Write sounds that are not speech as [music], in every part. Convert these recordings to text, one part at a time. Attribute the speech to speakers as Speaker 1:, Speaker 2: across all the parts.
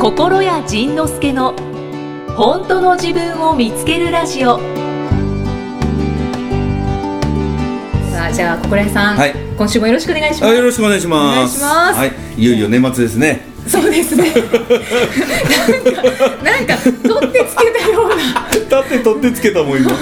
Speaker 1: 心谷仁之助の本当の自分を見つけるラジオさあじゃあ心谷さん、
Speaker 2: はい
Speaker 1: 今週もよろしくお願いし
Speaker 2: あ
Speaker 1: ます
Speaker 2: よろしくお願いします。
Speaker 1: お願いします
Speaker 2: はい、いよいよ年末ですね。
Speaker 1: そうです
Speaker 2: [laughs]
Speaker 1: ねなんかなんか取ってつけたような
Speaker 2: だって取ってつけたもん [laughs] 今。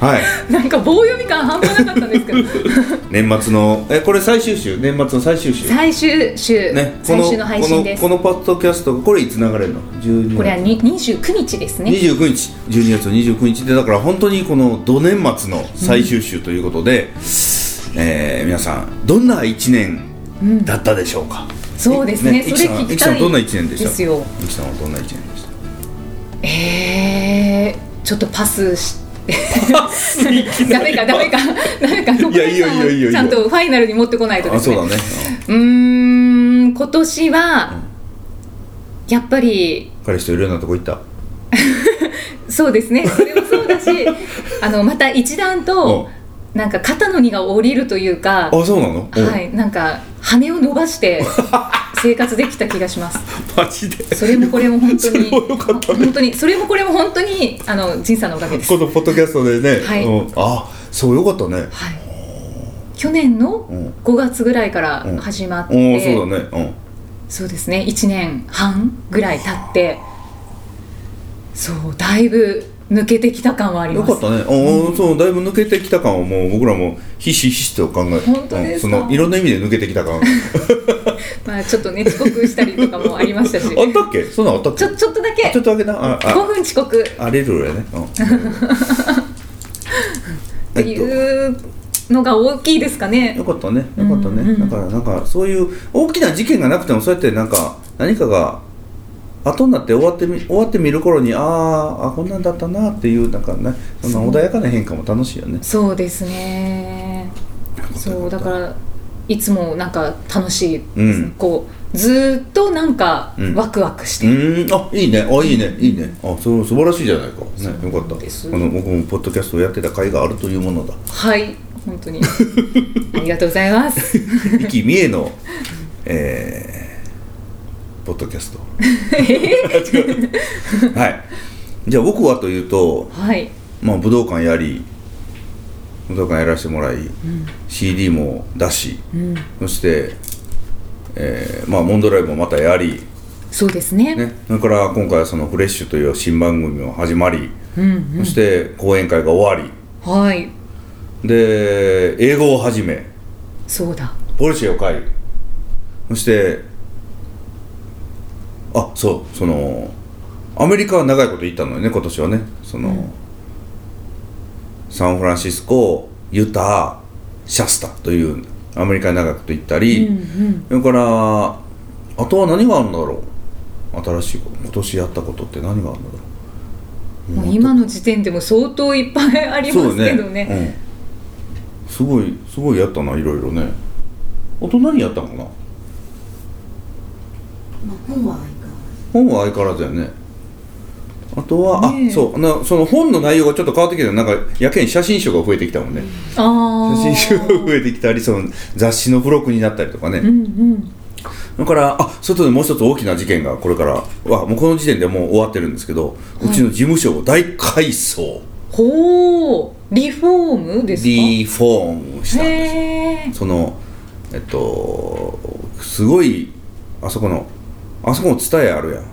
Speaker 2: はい、
Speaker 1: なんか棒読み感半端なかったんですけど
Speaker 2: [laughs] 年末のえこれ最終週、年末の最終週。
Speaker 1: 最終週、
Speaker 2: ね、こ
Speaker 1: 最
Speaker 2: の
Speaker 1: 終の配信です
Speaker 2: このこのパッドキャストこれいつ流れるの？十二
Speaker 1: これはに29日ですね
Speaker 2: 二十九日、十二月の二十九日でだから本当にこの土年末の最終週ということで、えー皆さんどんな一年だったでしょうか。
Speaker 1: そうですねそ
Speaker 2: い
Speaker 1: れ
Speaker 2: きさん
Speaker 1: 聞きたい
Speaker 2: いきさんどんな一年でした？
Speaker 1: ですよ
Speaker 2: いきさんはどんな一年でした？
Speaker 1: えー、ちょっとパスして [laughs] ダメ
Speaker 2: [laughs]
Speaker 1: かダメかダメか
Speaker 2: いやいいよいいよいいよいいよ
Speaker 1: ちゃんとファイナルに持ってこないとで
Speaker 2: あ、
Speaker 1: す
Speaker 2: そ
Speaker 1: ね
Speaker 2: うだね。
Speaker 1: うーん今年はやっぱり
Speaker 2: うん彼氏といろんなとこ行った。
Speaker 1: そうですねそれもそうだし
Speaker 2: [laughs]
Speaker 1: あのまた一段となんか肩の荷が下りるというか
Speaker 2: あ、そうなの？お
Speaker 1: はいなんか羽を伸ばして
Speaker 2: [laughs]
Speaker 1: 生活できた気がします
Speaker 2: マジで。
Speaker 1: それもこれも本当に
Speaker 2: それもよかったね
Speaker 1: 本当にそれもこれも本当にあの仁さんのおかげです
Speaker 2: このポッドキャストでね。
Speaker 1: はい
Speaker 2: うんあ、そうよかったね。
Speaker 1: はい、去年の
Speaker 2: うん
Speaker 1: 5月ぐらいから始まっ
Speaker 2: お
Speaker 1: て、
Speaker 2: ーそうだね。うん。
Speaker 1: そうですね1年半ぐらい経ってそうだいぶ抜けてきた感はあり
Speaker 2: よ
Speaker 1: ま
Speaker 2: か
Speaker 1: す
Speaker 2: ったね。おーそうだいぶ抜けてきた感をもう僕らもひしひしと考え。
Speaker 1: 本当ですか
Speaker 2: うんそのいろんな意味で抜けてきた感。あっ
Speaker 1: まあ、ちょっとね遅刻したりとかもありましたしち
Speaker 2: たっけ？そんなの [laughs] あったっけ？
Speaker 1: ょちょっとだ
Speaker 2: あ
Speaker 1: け
Speaker 2: ちょっとだけな。あ
Speaker 1: 5
Speaker 2: あ
Speaker 1: 分遅刻っ
Speaker 2: あれるやね。うん。
Speaker 1: ていうのが大きいですかね
Speaker 2: よかったね、よかったね、
Speaker 1: うんうん
Speaker 2: だからなんかそういう大きな事件がなくてもそうやってなんか何かが後になって終わってみ終わってみる頃にあーあこんなんだったなっていうなんかねそんな穏やかな変化も楽しいよね。
Speaker 1: そうですねそうだからいつもなんか楽しいですね、
Speaker 2: うん
Speaker 1: こうずーっとなんか
Speaker 2: うん
Speaker 1: ワクワクして
Speaker 2: うーんあいいねあいいねいいねあそう素晴らしいじゃないか、ね、よかった
Speaker 1: です
Speaker 2: あの僕もポッドキャストをやってた甲斐があるというも
Speaker 1: [laughs]
Speaker 2: のだ
Speaker 1: はい、本当
Speaker 2: [laughs]
Speaker 1: に。ありがとうございます。
Speaker 2: 生き見えのえー、ポッドキ
Speaker 1: [laughs]
Speaker 2: ャスト違う [laughs] はいじゃあ僕はというと
Speaker 1: はい。
Speaker 2: まあ、武道館やり武道館やらせてもらい、CD も出し、
Speaker 1: うん、
Speaker 2: そして、えーまあ、モンドライブもまたやり、
Speaker 1: そうですね。
Speaker 2: ね、それから今回はその「フレッシュという新番組も始まり、
Speaker 1: うん、
Speaker 2: そして講演会が終わ
Speaker 1: はい、
Speaker 2: りで英語を始め
Speaker 1: そうだ。
Speaker 2: ポルシェを買いそしてあそうそのアメリカは長いこと行ったのよね今年はねその、サンフランシスコユタシャスタというアメリカに長いこと行ったり、
Speaker 1: うん、
Speaker 2: それからあとは何があるんだろう新しいこと今年やったことって何があるんだろ
Speaker 1: うん。もう今の時点でも相当いっぱいあ
Speaker 2: う
Speaker 1: りますけどね。
Speaker 2: うん、すごいすごいやったないろいろねあと何やったのかな
Speaker 3: まあ、本は相変わ
Speaker 2: 本は相変わらずやねあとは、
Speaker 1: ねえ
Speaker 2: あそうなその本の内容がちょっと変わってきてなんかやけに写真集が増えてきたもんね
Speaker 1: ああ。
Speaker 2: 写真集が増えてきたりその雑誌の付録になったりとかね、
Speaker 1: うん、うん。
Speaker 2: だからあ外でもう一つ大きな事件がこれからはもうこの時点でもう終わってるんですけど、うちの事務所を大改装
Speaker 1: ほう、リフォームですか。
Speaker 2: リフォームしたんですよ
Speaker 1: へえ。
Speaker 2: そのえっとすごいあそこのあそこの蔦屋あるやんあ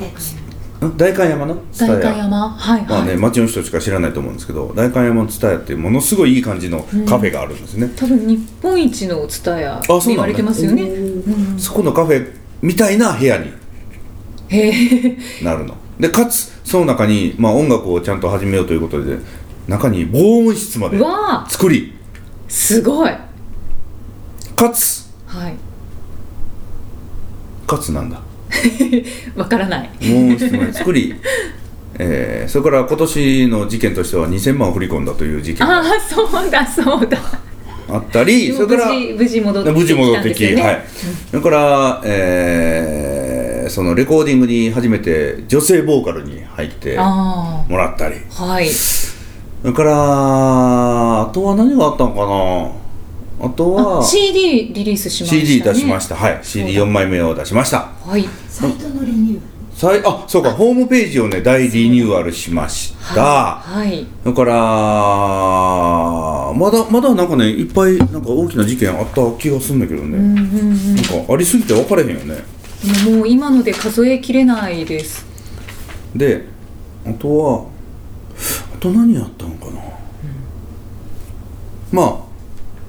Speaker 3: りますね
Speaker 2: のん代官山の蔦
Speaker 1: 代
Speaker 2: 屋
Speaker 1: 官山。はい、はい。
Speaker 2: まあね、町の人しか知らないと思うんですけど代官山の蔦屋っていうものすごいいい感じのカフェがあるんですね、
Speaker 1: 多分日本一の蔦屋。
Speaker 2: そうなの
Speaker 1: 言われてますよね。
Speaker 2: そこのカフェみたいな部屋に
Speaker 1: へえ。
Speaker 2: なるのでかつその中に、まあ、音楽をちゃんと始めようということで中に防音室まで
Speaker 1: うわあ、
Speaker 2: 作り
Speaker 1: すごい。
Speaker 2: かつ
Speaker 1: はい。
Speaker 2: かつなんだ
Speaker 1: わからない。
Speaker 2: 防音室まで作りえーそれから今年の事件としては2000万を振り込んだという事件が
Speaker 1: ああ、そうだ、そうだ。
Speaker 2: あったりそれから
Speaker 1: 無事無事戻って
Speaker 2: 無
Speaker 1: き
Speaker 2: 事戻
Speaker 1: た
Speaker 2: っ
Speaker 1: ん
Speaker 2: て
Speaker 1: です
Speaker 2: き、
Speaker 1: よね、
Speaker 2: はい、それから、えーそのレコーディングに初めて女性ボーカルに入っても
Speaker 1: あ
Speaker 2: らったり
Speaker 1: あはい
Speaker 2: それからあとは何があったのかなあと
Speaker 1: あ
Speaker 2: は
Speaker 1: CD リリースしましたね
Speaker 2: CD 出しましたはい CD4 枚目を出しました
Speaker 1: はい
Speaker 3: サイトのリニュー
Speaker 2: さいあそうかホームページをね大リニューアルしました、
Speaker 1: はい
Speaker 2: だからまだまだなんかねいっぱいなんか大きな事件あった気がするんだけどね、
Speaker 1: うん
Speaker 2: な
Speaker 1: うんうん
Speaker 2: んかありすぎて分かれへんよね
Speaker 1: でももう今ので数えきれないです
Speaker 2: であとはあと何やったんかな、まあ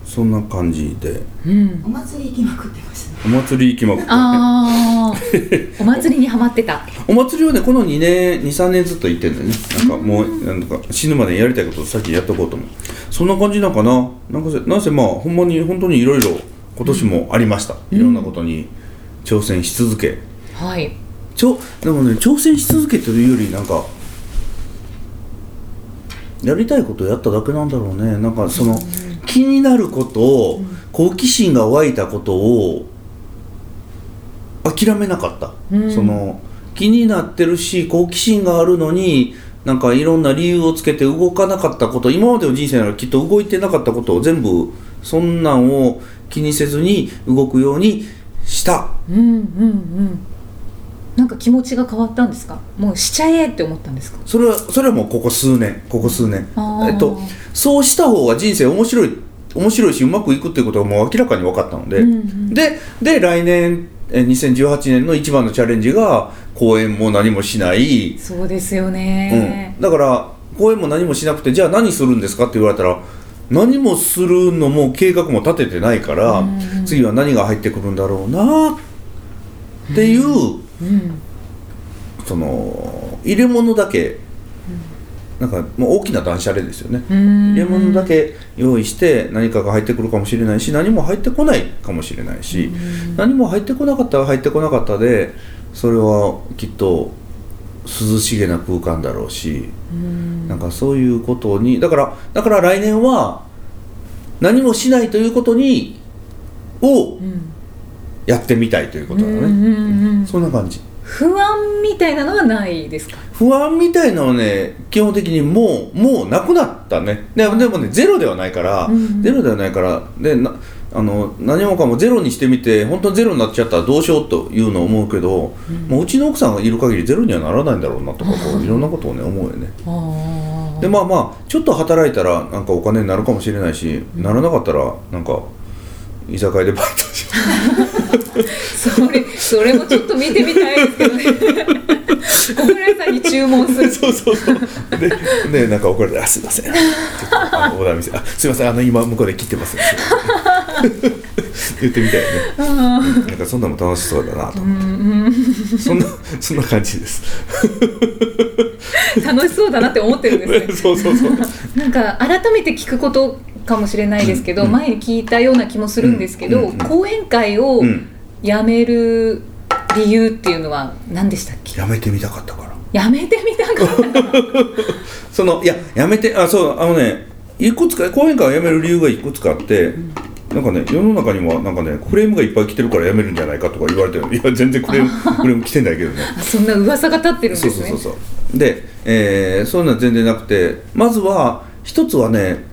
Speaker 2: そんな感じで
Speaker 1: うん
Speaker 3: アルお祭り行きまくってましたね
Speaker 2: お祭り行きまくって
Speaker 1: ああ [laughs] お祭りにはまってた
Speaker 2: お祭りはねこの2年23年ずっと行ってんだよねなんかもうなんか死ぬまでやりたいことを先やっとこうと思うそんな感じなんかななんかせなんせまあほんまに本当にいろいろ今年もありました、いろんなことに挑戦し続け
Speaker 1: はい
Speaker 2: ちょでもね挑戦し続けてるよりなんかやりたいことをやっただけなんだろうねなんかその、気になることを、好奇心が湧いたことを諦めなかった、
Speaker 1: うん
Speaker 2: その気になってるし好奇心があるのになんかいろんな理由をつけて動かなかったこと今までの人生ならきっと動いてなかったことを全部そんなんを気にせずに動くようにした
Speaker 1: うんうんうんなんか気持ちが変わったんですかもうしちゃえって思ったんですか
Speaker 2: それはそれはもうここ数年ここ数年
Speaker 1: あー
Speaker 2: えっとそうした方が人生面白い面白いしうまくいくっていうことがもう明らかに分かったので、
Speaker 1: うんうん
Speaker 2: でで来年え2018年の一番のチャレンジが公演も何もしない、
Speaker 1: そうですよね
Speaker 2: うん、だから公演も何もしなくてじゃあ何するんですかって言われたら何もするのも計画も立ててないから、
Speaker 1: うんうん
Speaker 2: 次は何が入ってくるんだろうなっていう、
Speaker 1: うん
Speaker 2: その入れ物だけ、なんかもう大きな断捨離ですよね、
Speaker 1: うん
Speaker 2: 入れ物だけ用意して何かが入ってくるかもしれないし何も入ってこないかもしれないし、何も入ってこなかったら入ってこなかったでそれはきっと涼しげな空間だろうし、
Speaker 1: うん
Speaker 2: なんかそういうことにだからだから来年は何もしないということにを
Speaker 1: うん
Speaker 2: やってみたいということだね、
Speaker 1: うんうんうん
Speaker 2: そんな感じ
Speaker 1: 不安みたいなのはないですか
Speaker 2: 不安みたいなのはね基本的にもうもうなくなったねででもねゼロではないから、
Speaker 1: うんうん
Speaker 2: ゼロではないからでなあの何もかもゼロにしてみて本当にゼロになっちゃったらどうしようというのを思うけど、もううちの奥さんがいる限りゼロにはならないんだろうなとかこういろんなことをね思うよね。
Speaker 1: ああ
Speaker 2: でまあまあちょっと働いたらなんかお金になるかもしれないし、ならなかったらなんか居酒屋でバイトしよ
Speaker 1: それそれもちょっと見てみたいですけどね小倉さんに注文す [laughs]
Speaker 2: [laughs] う
Speaker 1: る
Speaker 2: そうそうそうででなんか怒られて「あすいません」ちょっとあのオーダー店あすいませんあの今向こうで切ってます」言ってみたいよね
Speaker 1: あー
Speaker 2: なんかそんなんも楽しそうだなと
Speaker 1: うんうん
Speaker 2: そんなそんな感じです
Speaker 1: 楽しそうだなって思ってるんですね
Speaker 2: [laughs] そうそうそう
Speaker 1: なんか改めて聞くことかもしれないですけど、
Speaker 2: うん
Speaker 1: 前に聞いたような気もするんですけど、
Speaker 2: うんうん
Speaker 1: 講演会を
Speaker 2: うん
Speaker 1: やめる理由っていうのは何でしたっけ
Speaker 2: やめてみたかったから
Speaker 1: やめてみたかった
Speaker 2: そのいややめてあそうあのねいくつか講演会をやめる理由がいくつかあって、なんかね世の中にもなんかねクレームがいっぱい来てるからやめるんじゃないかとか言われてるいや全然クレームクレーム来てないけどね [laughs]
Speaker 1: そんな噂が立ってるん
Speaker 2: そ
Speaker 1: で
Speaker 2: う
Speaker 1: す
Speaker 2: そう
Speaker 1: ね
Speaker 2: そうそうで、えーそういうのは全然なくてまずは一つはね、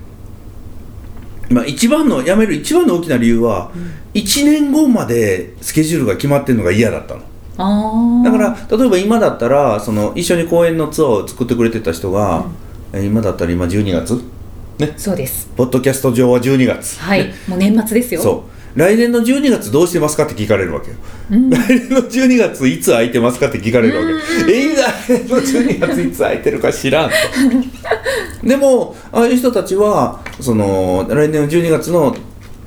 Speaker 2: まあ、一番の辞める一番の大きな理由は、1年後までスケジュールが決まってるのが嫌だったの
Speaker 1: ああ
Speaker 2: だから例えば今だったらその一緒に公演のツアーを作ってくれてた人が、えー今だったら今12月ね
Speaker 1: そうです
Speaker 2: ポッドキャスト上は12月
Speaker 1: はい
Speaker 2: ね
Speaker 1: もう年末ですよ
Speaker 2: そう来年の12月どうしてますかって聞かれるわけよ、来年の12月いつ空いてますかって聞かれるわけえい来年の12月いつ空いてるか知らんと
Speaker 1: [laughs]
Speaker 2: でもああいう人たちはその来年の12月の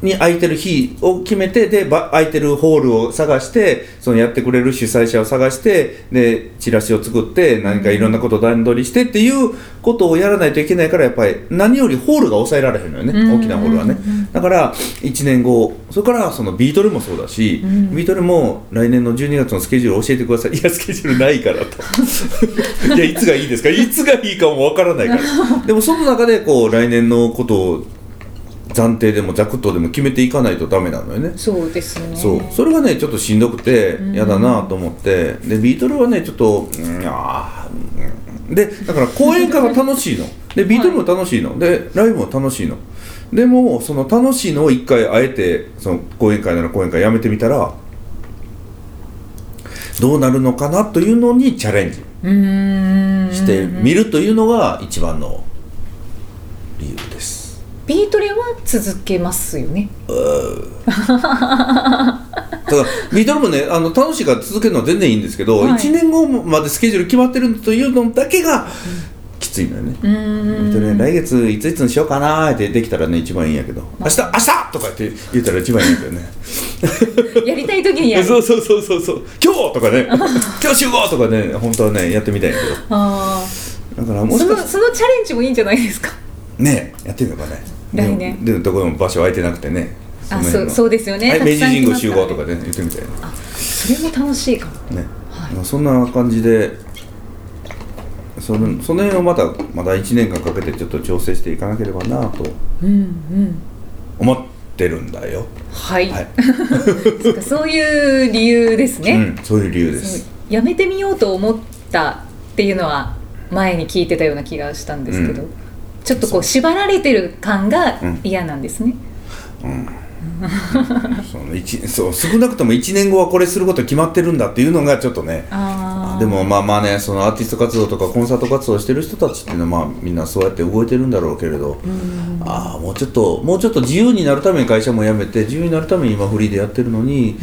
Speaker 2: に空いてる日を決めてでば空いてるホールを探してそのやってくれる主催者を探してでチラシを作って何かいろんなことを段取りしてっていうことをやらないといけないからやっぱり何よりホールが抑えられへんのよね
Speaker 1: うん
Speaker 2: 大きなホールはねだから1年後それからそのビートルもそうだし、
Speaker 1: ん
Speaker 2: ビートルも来年の12月のスケジュールを教えてくださいいやスケジュールないからと [laughs] いやいつがいいですかいつがいいかもわからない
Speaker 1: [laughs]
Speaker 2: からでもその中でこう来年のことを暫定でもざくっとでも決めていかないとダメなのよね
Speaker 1: そうですね
Speaker 2: そうそれがねちょっとしんどくて
Speaker 1: ん
Speaker 2: 嫌だなと思ってでビートルはねちょっとうんあーうんでだから講演会が楽しいのでビートルも楽しいの、でライブも楽しいのでもその楽しいのを一回あえてその講演会なら講演会やめてみたらどうなるのかなというのにチャレンジ
Speaker 1: うーん
Speaker 2: してみるというのが一番の理由です
Speaker 1: ビートレは続けますよ
Speaker 2: [laughs]
Speaker 1: ね
Speaker 2: だからビートルもねあの楽しいから続けるのは全然いいんですけど、
Speaker 1: はい
Speaker 2: 1年後までスケジュール決まってるというのだけがきついのよね、
Speaker 1: うーん
Speaker 2: とね、来月いついつにしようかなーってできたらね一番いいんやけど明日明日とかって言ったら一番いいんやけどね
Speaker 1: やりた [laughs] い時にやる
Speaker 2: そうそうそうそうそう今日とか
Speaker 1: [laughs]
Speaker 2: ね今日集合とかね本当はねやってみたいんや
Speaker 1: あ
Speaker 2: けどだから
Speaker 1: ー
Speaker 2: も
Speaker 1: そ
Speaker 2: し
Speaker 1: の
Speaker 2: かし
Speaker 1: そのチャレンジもいいんじゃないですか
Speaker 2: てねやってみようかね
Speaker 1: 来年
Speaker 2: でもでもどこでも場所空いてなくてね
Speaker 1: あ
Speaker 2: の
Speaker 1: そ
Speaker 2: 辺
Speaker 1: う
Speaker 2: の
Speaker 1: そうですよね
Speaker 2: はい
Speaker 1: た
Speaker 2: 明
Speaker 1: く
Speaker 2: 治
Speaker 1: さん行きます
Speaker 2: 神宮集
Speaker 1: から
Speaker 2: 合とかね言ってみたいな
Speaker 1: それも楽しいかも
Speaker 2: ね、そんな感じでそのその辺をまたまだ1年間かけてちょっと調整していかなければなと
Speaker 1: うんうん
Speaker 2: 思ってるんだよ、
Speaker 1: はい、
Speaker 2: はい、
Speaker 1: そっかそういう理由ですね、
Speaker 2: うん、そういう理由です
Speaker 1: そうやめてみようと思ったっていうのは前に聞いてたような気がしたんですけど、
Speaker 2: うん
Speaker 1: ちょっとこう縛られてる感が
Speaker 2: うん
Speaker 1: 嫌なんですね、
Speaker 2: その一そう少なくとも1年後はこれすること決まってるんだっていうのがちょっとね
Speaker 1: あー
Speaker 2: でもまあまあねそのアーティスト活動とかコンサート活動してる人たちっていうのはまあみんなそうやって動いてるんだろうけれど、ああもうちょっともうちょっと自由になるために会社も辞めて自由になるために今フリーでやってるのに、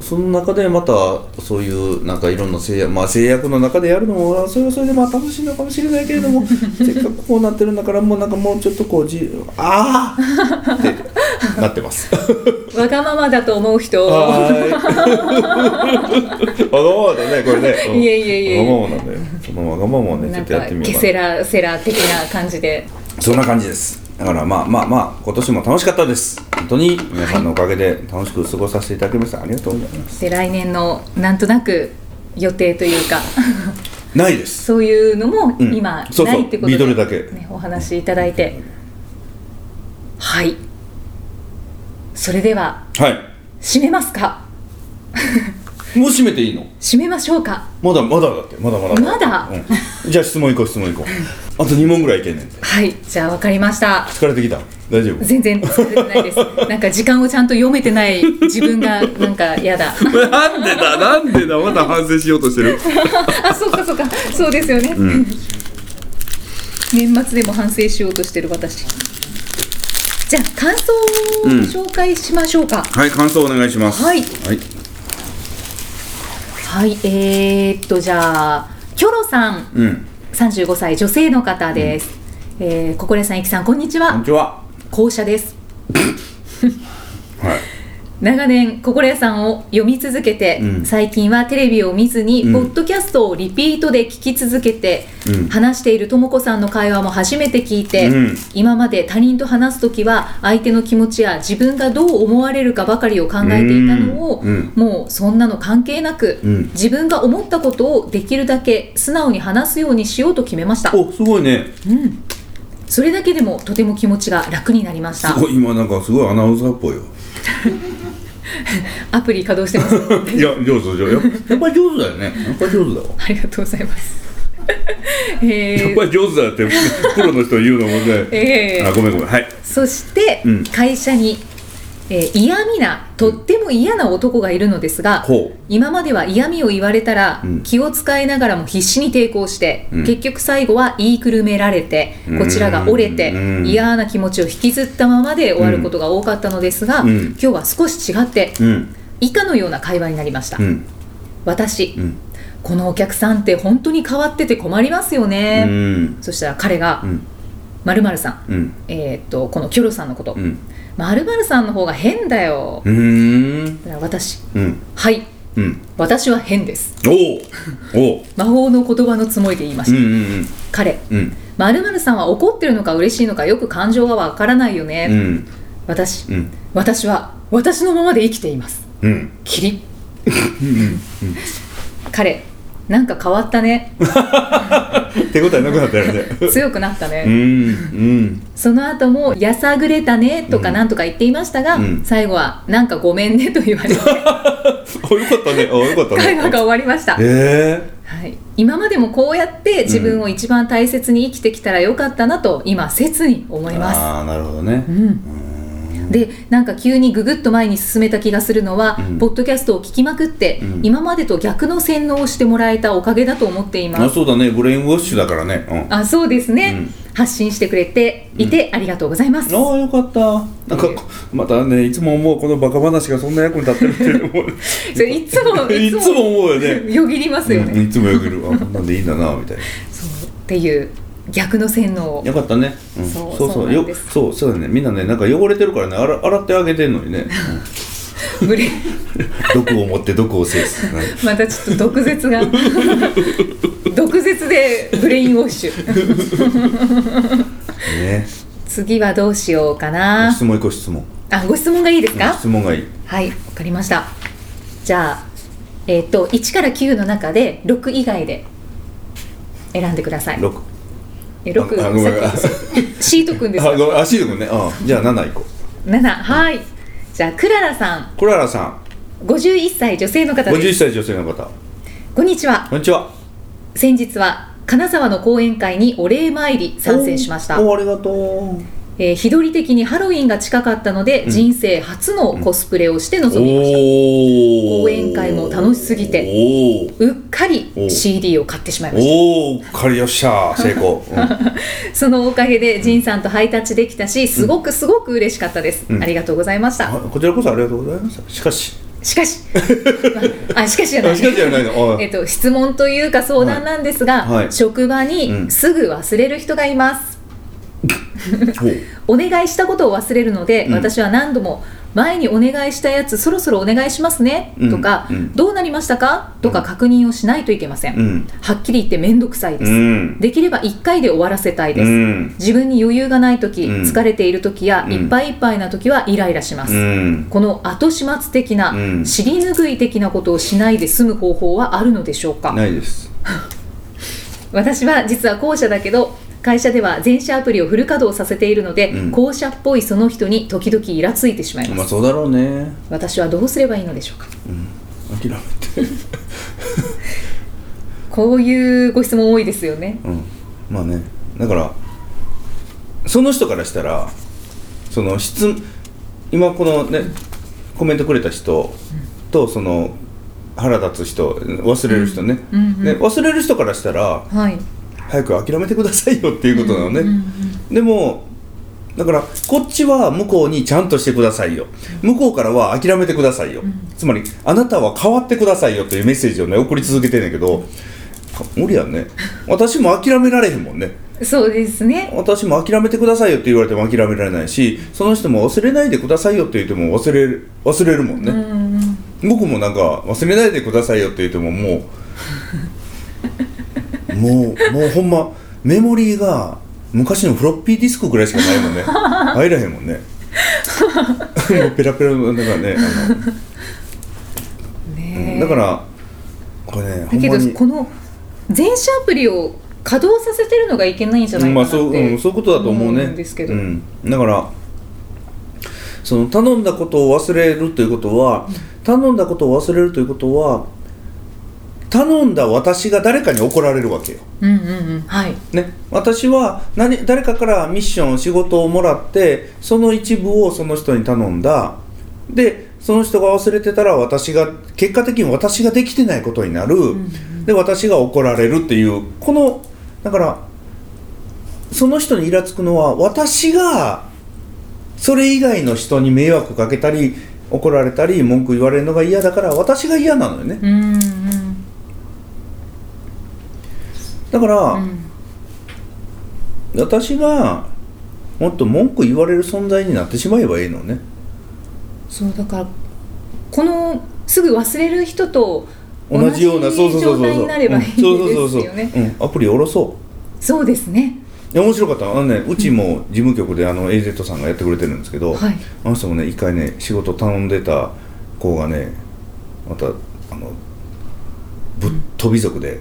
Speaker 2: その中でまたそういうなんかいろんな制約,、まあ、制約の中でやるのもそれはそれでまあ楽しいのかもしれないけれど
Speaker 1: [laughs]
Speaker 2: もせっかくこうなってるんだからもうなんかもうちょっとこう自由ああってなってます。
Speaker 1: わがままだと思う
Speaker 2: [laughs]
Speaker 1: 人
Speaker 2: はーい。わがままだね、これね。うん
Speaker 1: いえいえいえいえ
Speaker 2: わがままなんだよ。そのわがままをね、
Speaker 1: [laughs]
Speaker 2: ち
Speaker 1: な
Speaker 2: ょっ
Speaker 1: ん
Speaker 2: とや
Speaker 1: か
Speaker 2: ってみ
Speaker 1: ケ
Speaker 2: よう
Speaker 1: セ
Speaker 2: か
Speaker 1: ラセラ的な感じで
Speaker 2: な。そんな感じです。だからまあまあまあ、今年も楽しかったです。本当に皆さんのおかげで楽しく過ごさせていただきました。ありがとうございます。
Speaker 1: で来年のなんとなく予定というか [laughs]
Speaker 2: ないです。
Speaker 1: そういうのも
Speaker 2: うん
Speaker 1: 今
Speaker 2: そうそ
Speaker 1: な
Speaker 2: う
Speaker 1: いってこと
Speaker 2: ビートル
Speaker 1: で、
Speaker 2: だけ
Speaker 1: ね、お話しいただいてはいそれでは
Speaker 2: はい。
Speaker 1: 締めますか
Speaker 2: もう閉めていいの
Speaker 1: 締めましょうか
Speaker 2: まだまだだって、まだまだ
Speaker 1: まだ
Speaker 2: うんじゃあ質問いこう、質問いこう。あと2問ぐらいいけんねんて。
Speaker 1: はいじゃあわかりました
Speaker 2: 疲れてきた大丈夫
Speaker 1: 全然疲れてないですなんか時間をちゃんと読めてない自分がなんか嫌だ
Speaker 2: なんでだ、なんでだ、まだ反省しようとしてる。
Speaker 1: あそっかそっかそうですよね、年末でも反省しようとしてる私じゃあ感想を紹介しましょうか、
Speaker 2: はい、感想お願いします。
Speaker 1: はい
Speaker 2: はい。
Speaker 1: はいえー、っとじゃあキョロさん、
Speaker 2: うん。
Speaker 1: 35歳女性の方です、えー、ここねさんいきさんこんにち
Speaker 2: こんに
Speaker 1: は
Speaker 2: ちは。
Speaker 1: 校舎です
Speaker 2: はい。
Speaker 1: 長年心屋さんを読み続けて、
Speaker 2: うん
Speaker 1: 最近はテレビを見ずに、
Speaker 2: うん
Speaker 1: ポッドキャストをリピートで聞き続けて、
Speaker 2: うん
Speaker 1: 話しているとも子さんの会話も初めて聞いて、
Speaker 2: うん
Speaker 1: 今まで他人と話す時は相手の気持ちや自分がどう思われるかばかりを考えていたのを、
Speaker 2: うん
Speaker 1: もうそんなの関係なく、
Speaker 2: うん
Speaker 1: 自分が思ったことをできるだけ素直に話すようにしようと決めました、
Speaker 2: おすごいね
Speaker 1: うん、それだけでもとても気持ちが楽になりました
Speaker 2: すごい今なんかすごいアナウンサーっぽいよ
Speaker 1: アプリ稼働してます
Speaker 2: いや上手上手やっぱり上手だよねやっぱり上手だわ
Speaker 1: ありがとうござい
Speaker 2: [laughs]
Speaker 1: ます。え
Speaker 2: やっ
Speaker 1: ー
Speaker 2: ぱり上手だってプロの人言うのもね
Speaker 1: [laughs] え
Speaker 2: あ
Speaker 1: ー
Speaker 2: ごめんごめんはい
Speaker 1: そして、
Speaker 2: うん
Speaker 1: 会社に、えー嫌味なとっても嫌な男がいるのですが、
Speaker 2: ほう
Speaker 1: 今までは嫌味を言われたら、
Speaker 2: うん
Speaker 1: 気を使いながらも必死に抵抗して、
Speaker 2: うん
Speaker 1: 結局最後は言いくるめられて
Speaker 2: うん
Speaker 1: こちらが折れて
Speaker 2: うん
Speaker 1: 嫌な気持ちを引きずったままで終わることが多かったのですが、
Speaker 2: うん
Speaker 1: 今日は少し違って
Speaker 2: うん
Speaker 1: 以下のような会話になりました、
Speaker 2: うん
Speaker 1: 私、
Speaker 2: うん
Speaker 1: このお客さんって本当に変わってて困りますよ
Speaker 2: う
Speaker 1: ね、
Speaker 2: ん
Speaker 1: そしたら彼が
Speaker 2: う、ん
Speaker 1: まるまるさん、
Speaker 2: うん
Speaker 1: えーっとこのキョロさんのこと
Speaker 2: うん
Speaker 1: まるまるさんの方が変だよ、
Speaker 2: うーん
Speaker 1: だから私
Speaker 2: うん
Speaker 1: はい
Speaker 2: うん
Speaker 1: 私は変です
Speaker 2: おおおう
Speaker 1: 魔法の言葉のつもりで言いまし
Speaker 2: うん
Speaker 1: た、
Speaker 2: うん
Speaker 1: 彼
Speaker 2: うん
Speaker 1: まるまるさんは怒ってるのか嬉しいのかよく感情がわからないよね、
Speaker 2: うん
Speaker 1: 私、
Speaker 2: うん
Speaker 1: 私は私のままで生きています
Speaker 2: うん
Speaker 1: キリ彼なんか変わったね
Speaker 2: 手応えなくなっ
Speaker 1: [laughs]
Speaker 2: たよね
Speaker 1: 強くなったね、
Speaker 2: うんうん
Speaker 1: その後も「やさぐれたね」とか
Speaker 2: うん
Speaker 1: なんとか言っていましたが、
Speaker 2: うん
Speaker 1: 最後は「なんかごめんね」と言われて
Speaker 2: およかったねおよかったね
Speaker 1: 会話が終わりました
Speaker 2: ええ
Speaker 1: はい、今までもこうやって自分を一番大切に生きてきたらよかったなと今切に思いま
Speaker 2: ああなるほどね
Speaker 1: す。うん
Speaker 2: うん
Speaker 1: でなんか急にぐぐっと前に進めた気がするのは、
Speaker 2: うん
Speaker 1: ポッドキャストを聞きまくって、
Speaker 2: うん
Speaker 1: 今までと逆の洗脳をしてもらえたおかげだと思っていま
Speaker 2: あ
Speaker 1: す
Speaker 2: そうだねブレインウォッシュだからねうん
Speaker 1: あそうですね、
Speaker 2: うん
Speaker 1: 発信してくれていてありがとうございます、
Speaker 2: ああよかったなんかこまたねいつも思うこのバカ話がそんな役に立ってるっていうのも
Speaker 1: [laughs] それいつも
Speaker 2: [laughs] いつも思うよね
Speaker 1: よぎりますよね、
Speaker 2: うんいつもよくるあこんなんでいいんだなみたいな
Speaker 1: そうっていう逆の洗脳を
Speaker 2: よかったね、うん、
Speaker 1: そう
Speaker 2: そう
Speaker 1: そうなん
Speaker 2: よ
Speaker 1: です
Speaker 2: そうそうだねみんなねなんか汚れてるからね洗洗ってあげてんのにね、
Speaker 1: ブレイン
Speaker 2: うん、毒を持って毒を制す、ね、
Speaker 1: またちょっと毒舌
Speaker 2: [laughs]
Speaker 1: が毒舌でブレインウォッシュ
Speaker 2: ね
Speaker 1: 次はどうしようかな
Speaker 2: 質問一個質問
Speaker 1: あご質問がいいですか、
Speaker 2: 質問がいい
Speaker 1: はいわかりましたじゃあえっ、と1から9の中で6以外で選んでください
Speaker 2: 六
Speaker 1: え
Speaker 2: ああごめん
Speaker 1: 6さっきシートくんです
Speaker 2: あ
Speaker 1: か
Speaker 2: ごめんあシールもねあじゃあ7いこう
Speaker 1: 7はいじゃあクララさん
Speaker 2: クララさん
Speaker 1: 51歳女性の方で
Speaker 2: 51
Speaker 1: す
Speaker 2: 歳女性の方
Speaker 1: こんにちは
Speaker 2: こんにちは
Speaker 1: 先日は金沢の講演会にお礼参り参戦しました
Speaker 2: おおありがとう
Speaker 1: えー、日取り的にハロウィンが近かったので、
Speaker 2: うん
Speaker 1: 人生初のコスプレをして臨みました、
Speaker 2: お
Speaker 1: 講演会も楽しすぎて
Speaker 2: おー
Speaker 1: うっかり
Speaker 2: お
Speaker 1: CD を買ってしまいまし
Speaker 2: おお借りよっしゃー成功、うん
Speaker 1: たそのおかげで仁さんとハイタッチできたしすごくすごく嬉しかったです、
Speaker 2: うん
Speaker 1: ありがとうございました
Speaker 2: あこちらこそありがとうございましたしかし
Speaker 1: しか
Speaker 2: [laughs]
Speaker 1: しあしかしじゃな
Speaker 2: あ
Speaker 1: い
Speaker 2: しかしじゃないのおい
Speaker 1: えっと、質問というか相談なんですが、
Speaker 2: はいはい
Speaker 1: 職場
Speaker 2: う
Speaker 1: に
Speaker 2: ん
Speaker 1: すぐ忘れる人がいます、
Speaker 2: おう
Speaker 1: お願いしたことを忘れるので、
Speaker 2: うん
Speaker 1: 私は何度も「前にお願いしたやつそろそろお願いしますね」
Speaker 2: うん
Speaker 1: とか、
Speaker 2: うん
Speaker 1: どうなりましたか?」とか確認をしないといけません、
Speaker 2: うん
Speaker 1: はっきり言って面倒くさいで
Speaker 2: う
Speaker 1: す、
Speaker 2: ん
Speaker 1: できれば1回で終わらせたいです、
Speaker 2: うん
Speaker 1: 自分に余裕がない時、
Speaker 2: うん
Speaker 1: 疲れている時や、
Speaker 2: うん
Speaker 1: いっぱいいっぱいな時はイライラします、
Speaker 2: うん
Speaker 1: この後始末的な、
Speaker 2: うん
Speaker 1: 尻拭い的なことをしないで済む方法はあるのでしょうか
Speaker 2: ないです
Speaker 1: 私は実は後者だけど会社では全社アプリをフル稼働させているので、
Speaker 2: うん
Speaker 1: 後者っぽいその人に時々イラついてしまいます、
Speaker 2: まあそうだろうね
Speaker 1: 私はどうすればいいのでしょうか
Speaker 2: 諦めて
Speaker 1: こういうご質問多いですよね
Speaker 2: うんまあねだからその人からしたらその質今このねコメントくれた人とその腹立つ人忘れる人ね、
Speaker 1: うんうんうん
Speaker 2: ね忘れる人からしたら
Speaker 1: はい
Speaker 2: 早く諦めてくださいよっていうことなのね、
Speaker 1: うんうん
Speaker 2: でもだからこっちは向こうにちゃんとしてくださいよ向こうからは諦めてくださいよ、つまりあなたは変わってくださいよというメッセージをね送り続けてんだけどか無理やんね私も諦められへんもんね
Speaker 1: うんそうですね
Speaker 2: 私も諦めてくださいよって言われても諦められないしその人も忘れないでくださいよって言っても忘れる忘れるもんね、
Speaker 1: うんうん
Speaker 2: 僕もなんか忘れないでくださいよって言ってももう [laughs] もうもうほんまメモリーが昔のフロッピーディスクぐらいしかない
Speaker 1: [laughs]
Speaker 2: もんね入らへんもんねもうペラペラのだからねあの、
Speaker 1: ねえ
Speaker 2: だからこれねほ
Speaker 1: だ
Speaker 2: ん
Speaker 1: け
Speaker 2: ま
Speaker 1: ど
Speaker 2: に
Speaker 1: この全社アプリを稼働させてるのがいけないんじゃないか
Speaker 2: ま
Speaker 1: な
Speaker 2: あ
Speaker 1: って
Speaker 2: そう、
Speaker 1: 思
Speaker 2: うん、そういうことだと思うね
Speaker 1: んですけど、
Speaker 2: うん、だからその頼んだことを忘れるということは頼んだことを忘れるということは頼んだ私が誰かに怒られるわけよ
Speaker 1: うんうんうんはい
Speaker 2: ね、私は何誰かからミッション仕事をもらってその一部をその人に頼んだでその人が忘れてたら私が結果的に私ができてないことになる、で私が怒られるっていうこのだからその人にイラつくのは私がそれ以外の人に迷惑かけたり怒られたり文句言われるのが嫌だから私が嫌なのよね
Speaker 1: うんうん
Speaker 2: だから、
Speaker 1: うん
Speaker 2: 私がもっと文句言われる存在になってしまえばいいのね
Speaker 1: そうだからこのすぐ忘れる人と
Speaker 2: 同じようなそうそうそ
Speaker 1: 状
Speaker 2: うそう
Speaker 1: 態
Speaker 2: そう
Speaker 1: になればいいです
Speaker 2: うんそうそうそう
Speaker 1: よね
Speaker 2: そう、うん、アプリ下ろそう
Speaker 1: そうですね
Speaker 2: いや面白かったあのねうちも事務局であの AZ さんがやってくれてるんですけど、
Speaker 1: はい
Speaker 2: あの人もね一回ね仕事頼んでた子がねまたあのぶっ飛び族で、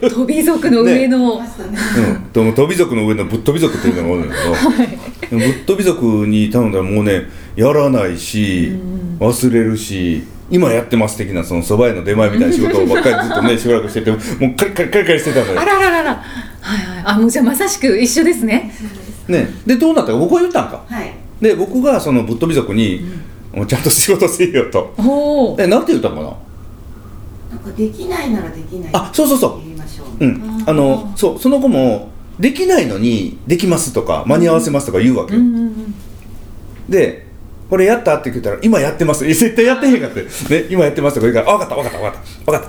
Speaker 1: 飛び族の上の、
Speaker 3: ましたね。
Speaker 2: うん、でも飛び族の上のぶっ飛び族っていうのがあるんだ [laughs] けど、ぶっ飛び族に頼んだらもうねやらないし、忘れるし今やってます的なその蕎麦屋の出前みたいな仕事をばっかりずっとねしばらくしててもうカリカリカリカリしてたの
Speaker 1: あ
Speaker 2: よ、
Speaker 1: ららららはいはいあもうじゃあまさしく一緒ですね
Speaker 3: そうです。
Speaker 2: ね、でどうなったか僕は言ったんか
Speaker 3: はい。
Speaker 2: で僕がそのぶっ飛び族に、もうちゃんと仕事せえよと
Speaker 1: おお
Speaker 2: えなんて言ったんかな
Speaker 3: なんかできないならできない。
Speaker 2: あそうそうそう
Speaker 3: 言いましょう。
Speaker 2: うん、
Speaker 1: あー
Speaker 2: あのそうその子もできないのにできますとか間に合わせますとか言うわけ
Speaker 1: う
Speaker 2: よ、
Speaker 1: んうんうん
Speaker 2: でこれやったって聞いたら今やってますいや絶対やってへんかって、ね、今やってますとか言うから分かった分かった分かった分かっ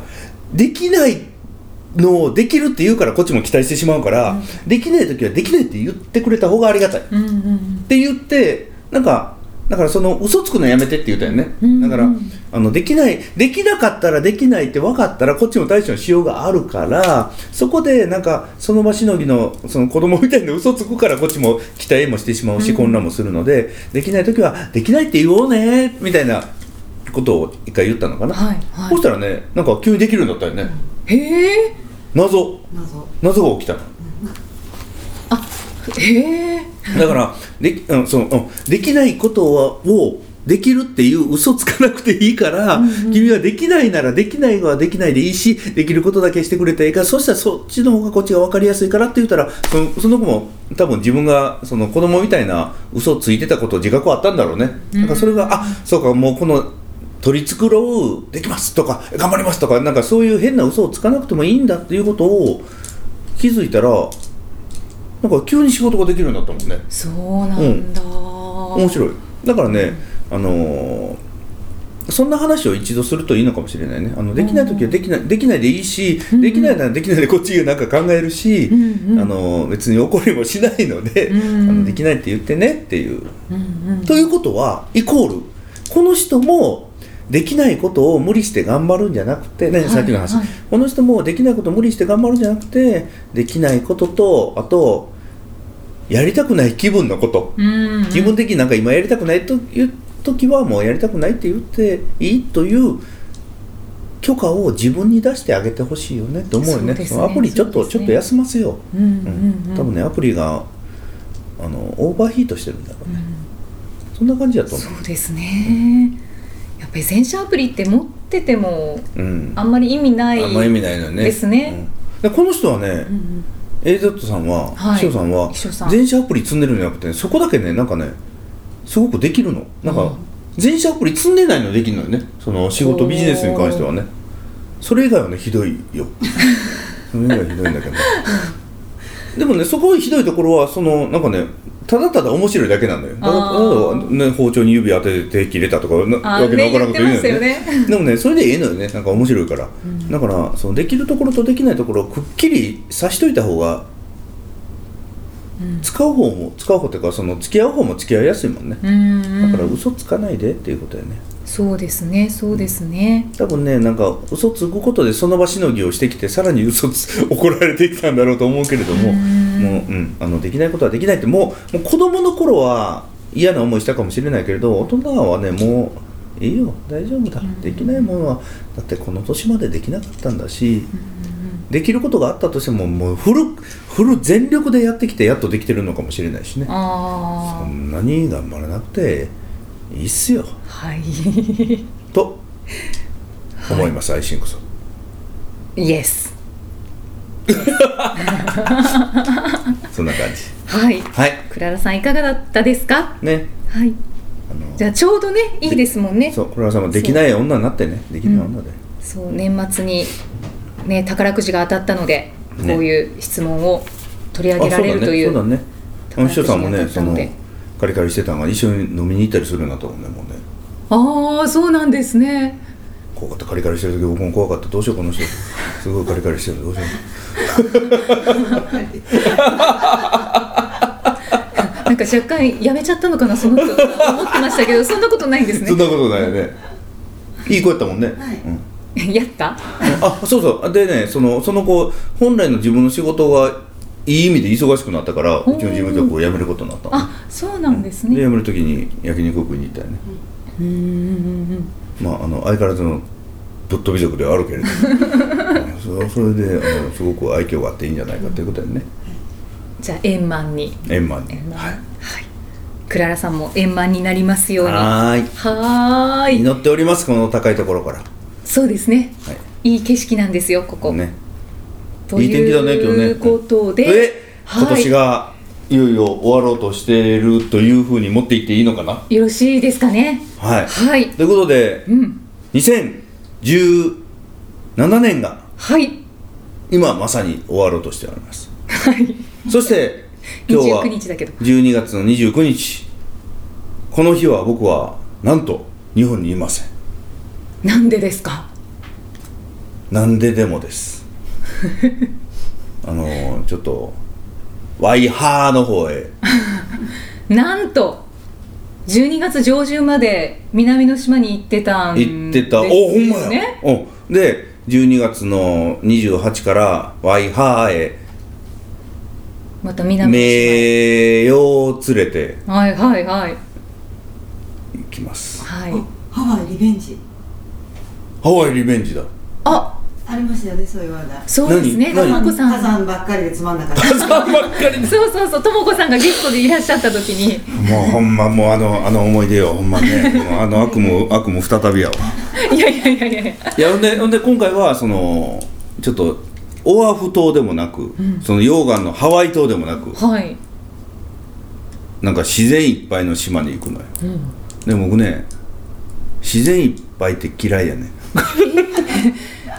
Speaker 2: たできないのをできるって言うからこっちも期待してしまうから、できない時はできないって言ってくれた方がありがたいっ
Speaker 1: うんうんうん
Speaker 2: て言ってなんかだからその嘘つくのやめてって言ったよね、
Speaker 1: うん
Speaker 2: だか
Speaker 1: う
Speaker 2: ら
Speaker 1: ん
Speaker 2: あのできないできなかったらできないって分かったらこっちも対処のしようがあるからそこでなんかその場しのぎのその子供みたいな嘘つくからこっちも期待もしてしまうし、
Speaker 1: うん
Speaker 2: 混乱もするのでできない時はできないって言おうねみたいなことを一回言ったのかな、
Speaker 1: はいはい
Speaker 2: そしたらねなんか急にできるようになったよね、
Speaker 1: へえ
Speaker 2: 謎
Speaker 3: 謎。
Speaker 2: 謎が起きたの
Speaker 1: あへえ
Speaker 2: だからでき,、うんそのうんできないことをできるっていう嘘つかなくていいから、君はできないならできないはできないでいいしできることだけしてくれていいからそしたらそっちの方がこっちが分かりやすいからって言ったらそのその子も多分自分がその子供みたいな嘘ついてたこと自覚はあったんだろうね。なんかそれが、あそうかもうこの取り繕うできますとか頑張りますとかなんかそういう変な嘘をつかなくてもいいんだっていうことを気づいたらなんか急に仕事ができるようになったもんね。
Speaker 1: そうなんだ、
Speaker 2: 面白いだからね、あのーそんな話を一度するといいのかもしれないねあのできない時はできない、できないでいいし、できないならできないでこっちがなんか考えるし、
Speaker 1: うんうん
Speaker 2: あのー別に怒りもしないので、
Speaker 1: うん
Speaker 2: あのできないって言ってねっていう。
Speaker 1: うんうん
Speaker 2: ということはイコールこの人もできないことを無理して頑張るんじゃなくて、ね
Speaker 1: い
Speaker 2: さっきの話、
Speaker 1: はい
Speaker 2: この人もできないことを無理して頑張るんじゃなくてできないこととあとやりたくない気分のこと、
Speaker 1: うん
Speaker 2: 自分的になんか今やりたくないという時はもうやりたくないって言っていいという許可を自分に出してあげてほしいよねと思うよ
Speaker 1: そ
Speaker 2: ね
Speaker 1: うですね
Speaker 2: そのアプリちょっと、
Speaker 1: そうです
Speaker 2: ち
Speaker 1: ね
Speaker 2: ょっと休ませよ
Speaker 1: うんう
Speaker 2: う、
Speaker 1: んうん
Speaker 2: 多分ねアプリがあのオーバーヒートしてるんだろうね、そんな感じだと思
Speaker 1: そうですねやっぱり全社アプリって持ってても
Speaker 2: う、うん、
Speaker 1: あんまり意味ない
Speaker 2: あんま意味ないのよね
Speaker 1: ですね、
Speaker 2: うんでこの人はね、
Speaker 1: うん、
Speaker 2: AZ さんは、
Speaker 1: はい
Speaker 2: しおさんは
Speaker 1: しおさん
Speaker 2: 全社アプリ積んでるんじゃなくてそこだけねなんかねすごくできるのなん
Speaker 1: う
Speaker 2: か
Speaker 1: ん
Speaker 2: 全社アプリ積んでないのできるのよねその仕事ビジネスに関してはねそれ以外はねひどい
Speaker 1: [laughs]
Speaker 2: よそれ以外はひどいんだけどでもねそこひどいところはそのなんかねただただ面白いだけなんだよだから
Speaker 1: あー
Speaker 2: ただ、ね、包丁に指当てて手切れたとかな
Speaker 1: あ
Speaker 2: わけ
Speaker 1: ー
Speaker 2: の
Speaker 1: ね
Speaker 2: わか
Speaker 1: 言
Speaker 2: らん
Speaker 1: っ
Speaker 2: こ
Speaker 1: て
Speaker 2: と言
Speaker 1: ま
Speaker 2: う
Speaker 1: す
Speaker 2: よ
Speaker 1: よ
Speaker 2: ね
Speaker 1: ね
Speaker 2: でもねそれでええのよねなんか面白いから、だからそのできるところとできないところをくっきりさしといた方が使う方も使う方っていうかその付き合う方も付き合いやすいもんね、
Speaker 1: うんうん
Speaker 2: だから嘘つかないでっていうことやね
Speaker 1: そうですねそうですね、
Speaker 2: 多分ねなんか嘘つくことでその場しのぎをしてきてさらに嘘つ怒られてきたんだろうと思うけれどももう、うん、あのできないことはできないってもうもう子供の頃は嫌な思いしたかもしれないけれど大人はねもういいよ大丈夫だできないものはだってこの年までできなかったんだし、できることがあったとしてももうフルフル全力でやってきてやっとできてるのかもしれないしねそ
Speaker 1: ああ
Speaker 2: んなに頑張らなくていいっすよ
Speaker 1: はい
Speaker 2: と思います、アイシングさん
Speaker 1: イエス
Speaker 2: そんな感
Speaker 1: [laughs]
Speaker 2: じ
Speaker 1: はい
Speaker 2: はい
Speaker 1: クララさんいかがだったですか
Speaker 2: ね
Speaker 1: はい
Speaker 2: あの
Speaker 1: じゃあちょうどねいいですもんね
Speaker 2: そう黒田さんもできない女になってねできない女で、
Speaker 1: そう年末にね宝くじが当たったので、
Speaker 2: ね
Speaker 1: こういう質問を取り
Speaker 2: あ
Speaker 1: 上げられるとい
Speaker 2: そう
Speaker 1: う
Speaker 2: だねそうだね秘書さんもね
Speaker 1: 宝くじ
Speaker 2: そ
Speaker 1: が当た
Speaker 2: の
Speaker 1: ったので
Speaker 2: カリカリしてたのが一緒に飲みに行ったりするようになったもんねもうね
Speaker 1: ああそうなんですね
Speaker 2: 怖かったカリカリしてる時僕も怖かったどうしよう
Speaker 1: [laughs]
Speaker 2: この人すごいカリカリしてるどうしよ
Speaker 3: [laughs]
Speaker 1: なんか若干やめちゃったのかなその人と思ってましたけどそんなことないんです
Speaker 2: うそん
Speaker 1: ね
Speaker 2: なことないよねいい子やったもんね、
Speaker 3: はい
Speaker 2: うん
Speaker 1: [laughs] やった
Speaker 2: あそうそうでねそのその子本来の自分の仕事がいい意味で忙しくなったからう
Speaker 1: ほう
Speaker 2: ちの事務局を辞めることになったの
Speaker 1: あそうなんです
Speaker 2: で
Speaker 1: ね
Speaker 2: 辞める時に焼肉食いに行ったよね、
Speaker 1: うんうん
Speaker 2: まあ、あの相変わらずのぶっ飛び族ではあるけれ
Speaker 1: [laughs]
Speaker 2: どもうんそそれであのすごく愛嬌があっていいんじゃないかということでね
Speaker 1: じゃあ円満に
Speaker 2: 円満に
Speaker 1: 円満
Speaker 2: はい
Speaker 1: はいクララさんも円満になりますようには
Speaker 2: はー
Speaker 1: ー
Speaker 2: い
Speaker 1: い
Speaker 2: 祈っておりますこの高いところから
Speaker 1: そうですね
Speaker 2: はい
Speaker 1: いい景色なんですよここ、
Speaker 2: ね
Speaker 1: と
Speaker 2: いい天気だね今日ね
Speaker 1: いうことではい
Speaker 2: 今年がいよいよ終わろうとしているというふうに持っていっていいのかな
Speaker 1: よろしいですかね
Speaker 2: はい
Speaker 1: はい
Speaker 2: ということで
Speaker 1: うん
Speaker 2: 2017年が
Speaker 1: はい
Speaker 2: 今まさに終わろうとしております
Speaker 1: はい
Speaker 2: そ
Speaker 1: [laughs]
Speaker 2: して今日は
Speaker 1: 29日だけど
Speaker 2: 12月の29日この日は僕はなんと日本にいません
Speaker 1: なんでですか
Speaker 2: なんででもです
Speaker 1: [laughs]
Speaker 2: あのちょっとワイハーの方へ
Speaker 1: なんと12月上旬まで南の島に行ってたんですよ
Speaker 2: 行ってた、おほんまや
Speaker 1: ね
Speaker 2: おで12月の28からワイハーへ
Speaker 1: また南の
Speaker 2: 名誉を連れて
Speaker 1: 島はいはいはい
Speaker 2: 行きます
Speaker 1: はい
Speaker 3: あハワイリベンジ
Speaker 2: ハワイリベンジだ
Speaker 1: あ
Speaker 3: ありましたよねそういう話題
Speaker 1: そうですねと
Speaker 2: 何
Speaker 1: も
Speaker 2: 何
Speaker 1: こさ
Speaker 3: 火
Speaker 1: ん
Speaker 3: 山ばっかりでつまんなかった
Speaker 2: 火山ばっかりで
Speaker 1: そうそうそうともこさんがゲストでいらっしゃった時に
Speaker 2: [laughs] もうほんまもうあのあの思い出よほんまねもうあの悪夢悪夢再びやわ
Speaker 1: いやいやいやいやいや
Speaker 2: いやほんでほんで今回はそのちょっとオアフ島でもなく、
Speaker 1: ん
Speaker 2: その溶岩のハワイ島でもなく
Speaker 1: はい、
Speaker 2: なんか自然いっぱいの島に行くのよ
Speaker 1: うん、
Speaker 2: で僕ね自然いっぱいって嫌いやね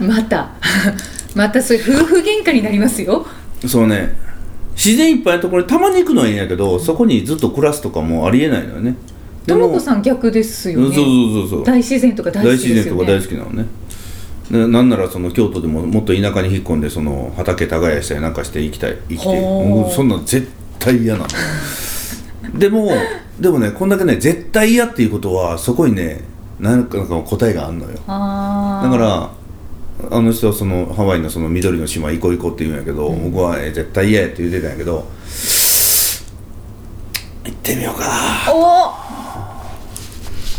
Speaker 1: また [laughs] またそれ夫婦喧嘩になりますよ
Speaker 2: そうね自然いっぱいのところにたまに行くのはいいんやけどそこにずっと暮らすとかもありえないのよねで
Speaker 1: と
Speaker 2: も
Speaker 1: もこさん逆ですよ
Speaker 2: そう
Speaker 1: ね
Speaker 2: そうそうそう
Speaker 1: 大自然とか大
Speaker 2: 大
Speaker 1: 好き
Speaker 2: 自
Speaker 1: で
Speaker 2: 然
Speaker 1: すよ
Speaker 2: とか
Speaker 1: ね
Speaker 2: 大好きなのねななんならその京都でももっと田舎に引っ込んでその畑耕したりなんかして生きたい生きてい
Speaker 1: ほう
Speaker 2: もうそんなん絶対嫌なのでもでもねこんだけね絶対嫌っていうことはそこにねなんかなんか答えがあるのよ
Speaker 1: あー
Speaker 2: だからあの人はそのハワイのその緑の島行こう行こうって言うんやけど、僕は、えー絶対嫌やって言ってたんやけど行ってみようかな
Speaker 1: おお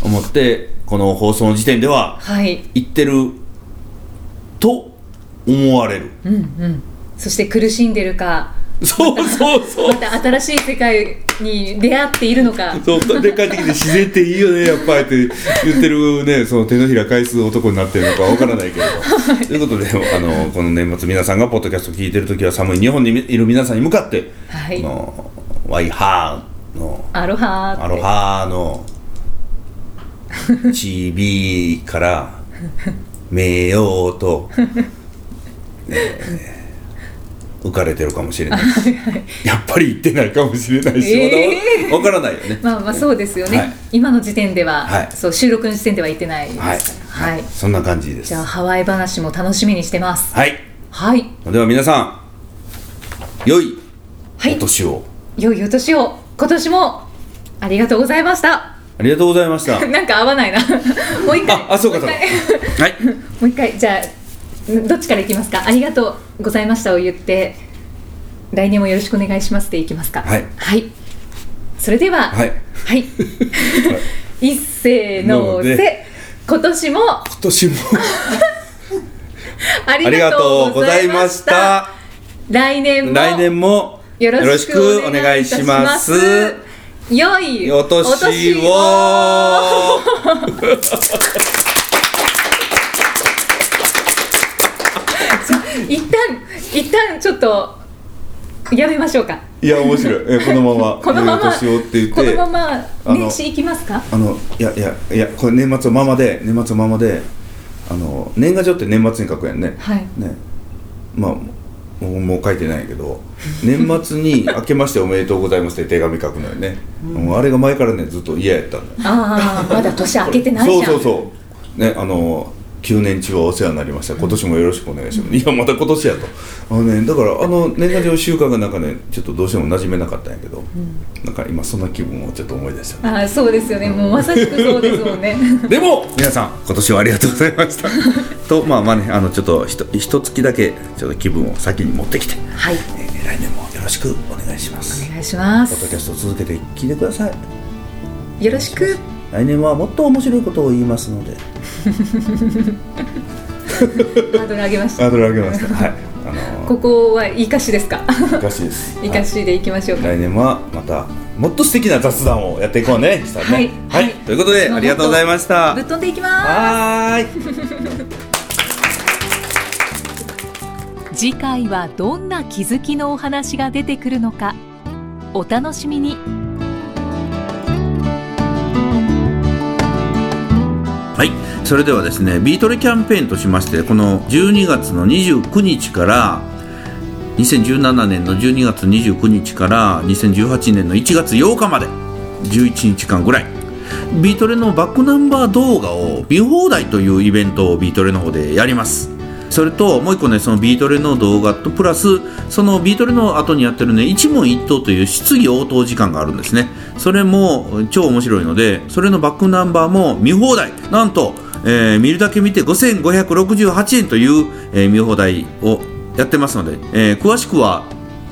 Speaker 2: と思ってこの放送の時点では
Speaker 1: はい
Speaker 2: 行ってると思われる
Speaker 1: うんうんそして苦しんでるか
Speaker 2: そうそうそ
Speaker 1: また新しい世界に出会っているの
Speaker 2: [laughs]
Speaker 1: か
Speaker 2: そうで帰ってきて自然っていいよねやっぱりって言ってるねその手のひら返す男になってるのかわからないけど、ということであのこの年末皆さんがポッドキャスト聞いてる時は寒い日本にいる皆さんに向かって、
Speaker 1: はい
Speaker 2: このワイハーの
Speaker 1: アロハーって
Speaker 2: アロハーのちびから名誉と、えー浮かれてるかもしれないしやっぱり行ってないかもしれないし、
Speaker 1: えー
Speaker 2: まだわからないよね。
Speaker 1: まあまあそうですよね、
Speaker 2: はい
Speaker 1: 今の時点では、
Speaker 2: はい
Speaker 1: そう収録の時点では言ってないです
Speaker 2: はい、
Speaker 1: はい
Speaker 2: そんな感じです
Speaker 1: じゃあハワイ話も楽しみにしてます
Speaker 2: はい
Speaker 1: はい
Speaker 2: では皆さん良い
Speaker 1: はい
Speaker 2: お年を、
Speaker 1: 良いお年を今年もありがとうございました
Speaker 2: ありがとうござい
Speaker 1: [laughs]
Speaker 2: ました
Speaker 1: なんか合わない
Speaker 2: [laughs]
Speaker 1: なもう一回
Speaker 2: ああそうかそ
Speaker 1: もう
Speaker 2: うか
Speaker 1: 一回
Speaker 2: はい
Speaker 1: もう一回じゃあんどっちからいきますかありがとうございましたを言って来年もよろしくお願いしますでいきますか
Speaker 2: はい
Speaker 1: はい、それでは
Speaker 2: はい
Speaker 1: はい [laughs] 一斉の
Speaker 2: の
Speaker 1: せ
Speaker 2: で
Speaker 1: 今年も
Speaker 2: 今年
Speaker 1: [laughs]
Speaker 2: も
Speaker 1: あ
Speaker 2: あ
Speaker 1: り
Speaker 2: り
Speaker 1: が
Speaker 2: が
Speaker 1: と
Speaker 2: と
Speaker 1: う
Speaker 2: う
Speaker 1: ご
Speaker 2: ご
Speaker 1: ざ
Speaker 2: ざ
Speaker 1: い
Speaker 2: い
Speaker 1: ま
Speaker 2: ま
Speaker 1: し
Speaker 2: したた
Speaker 1: 来年も
Speaker 2: 来年も
Speaker 1: よ
Speaker 2: よ
Speaker 1: ろ
Speaker 2: ろ
Speaker 1: し
Speaker 2: し
Speaker 1: く
Speaker 2: く
Speaker 1: お
Speaker 2: お
Speaker 1: 願
Speaker 2: 願
Speaker 1: い
Speaker 2: い
Speaker 1: し
Speaker 2: し
Speaker 1: ま
Speaker 2: ますす
Speaker 1: 良い
Speaker 2: お年を
Speaker 1: 一旦一旦ちょっとやめましょうか
Speaker 2: いや面白いえこのまま
Speaker 1: [laughs] このまま
Speaker 2: 良いお年をって言って
Speaker 1: このまま
Speaker 2: あの
Speaker 1: 年始いきますか
Speaker 2: あのいやいやいやこれ年末はままで年末はままであの年賀状って年末に書くやんね、
Speaker 1: はい
Speaker 2: ねまあもうもう書いてない
Speaker 1: [laughs]
Speaker 2: けど年末に「明けましておめでとうございます」って手紙書くのよね、もうあれが前からねずっと嫌やったんだよ
Speaker 1: ああまだ年明けてないじゃ
Speaker 2: そ
Speaker 1: ん
Speaker 2: うそうそうねあの9年中はお世話になりました今年もよろしくお願いします、いやまた今年やとあのねだからあの年賀状習慣がなんかねちょっとどうしても馴染めなかったんやけど、なんか今そんな気分をちょっと思い出した
Speaker 1: ああそうですよねもうまさしくそうですもん
Speaker 2: [laughs]
Speaker 1: ね
Speaker 2: でも皆さん今年はありがとうございました [laughs] とまあまあねあのちょっとひとひと月だけちょっと気分を先に持ってきて、
Speaker 1: はい
Speaker 2: えー来年もよろしくお願いします
Speaker 1: お願いしま
Speaker 2: ポッドキ
Speaker 1: す
Speaker 2: ャストを続けて聞いてください
Speaker 1: よろしく
Speaker 2: 来年はもっと面白いことを言いますので
Speaker 1: ハードル上げました
Speaker 2: ハードル上げましたはいあの
Speaker 1: ここはいい歌詞ですか
Speaker 2: [laughs] ー、おかしいです
Speaker 1: いい歌詞でいきましょうか
Speaker 2: 来年はまたもっと素敵な雑談をやっていこうね、したね
Speaker 1: はい
Speaker 2: はい
Speaker 1: はい
Speaker 2: ということでありがとうございました
Speaker 1: ぶっ飛んでいきます
Speaker 2: はーい
Speaker 4: 次回はどんな気づきのお話が出てくるのかお楽しみに
Speaker 2: はい、それではですねビートレキャンペーンとしましてこの12月の29日から2017年の12月29日から2018年の1月8日まで11日間ぐらいビートレのバックナンバー動画を見放題というイベントをビートレの方でやりますそれともう一個ねそのビートレの動画とプラスそのビートレの後にやってるね一問一答という質疑応答時間があるんですねそれも超面白いのでそれのバックナンバーも見放題なんと、えー見るだけ見て5568円という、えー見放題をやってますので、えー詳しくは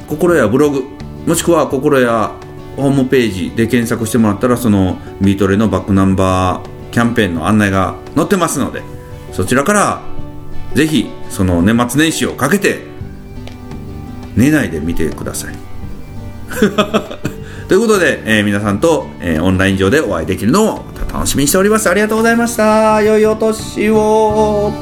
Speaker 2: 心やブログもしくは心やホームページで検索してもらったらそのビートレのバックナンバーキャンペーンの案内が載ってますのでそちらからぜひその年末年始をかけて寝ないで見てください [laughs] ということで、えー皆さんと、えーオンライン上でお会いできるのを楽しみにしておりますありがとうございました良いお年を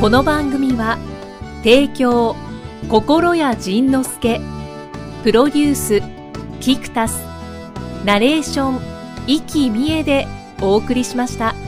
Speaker 4: この番組は提供心谷仁之助プロデュースキクタスナレーション生きみえでお送りしました。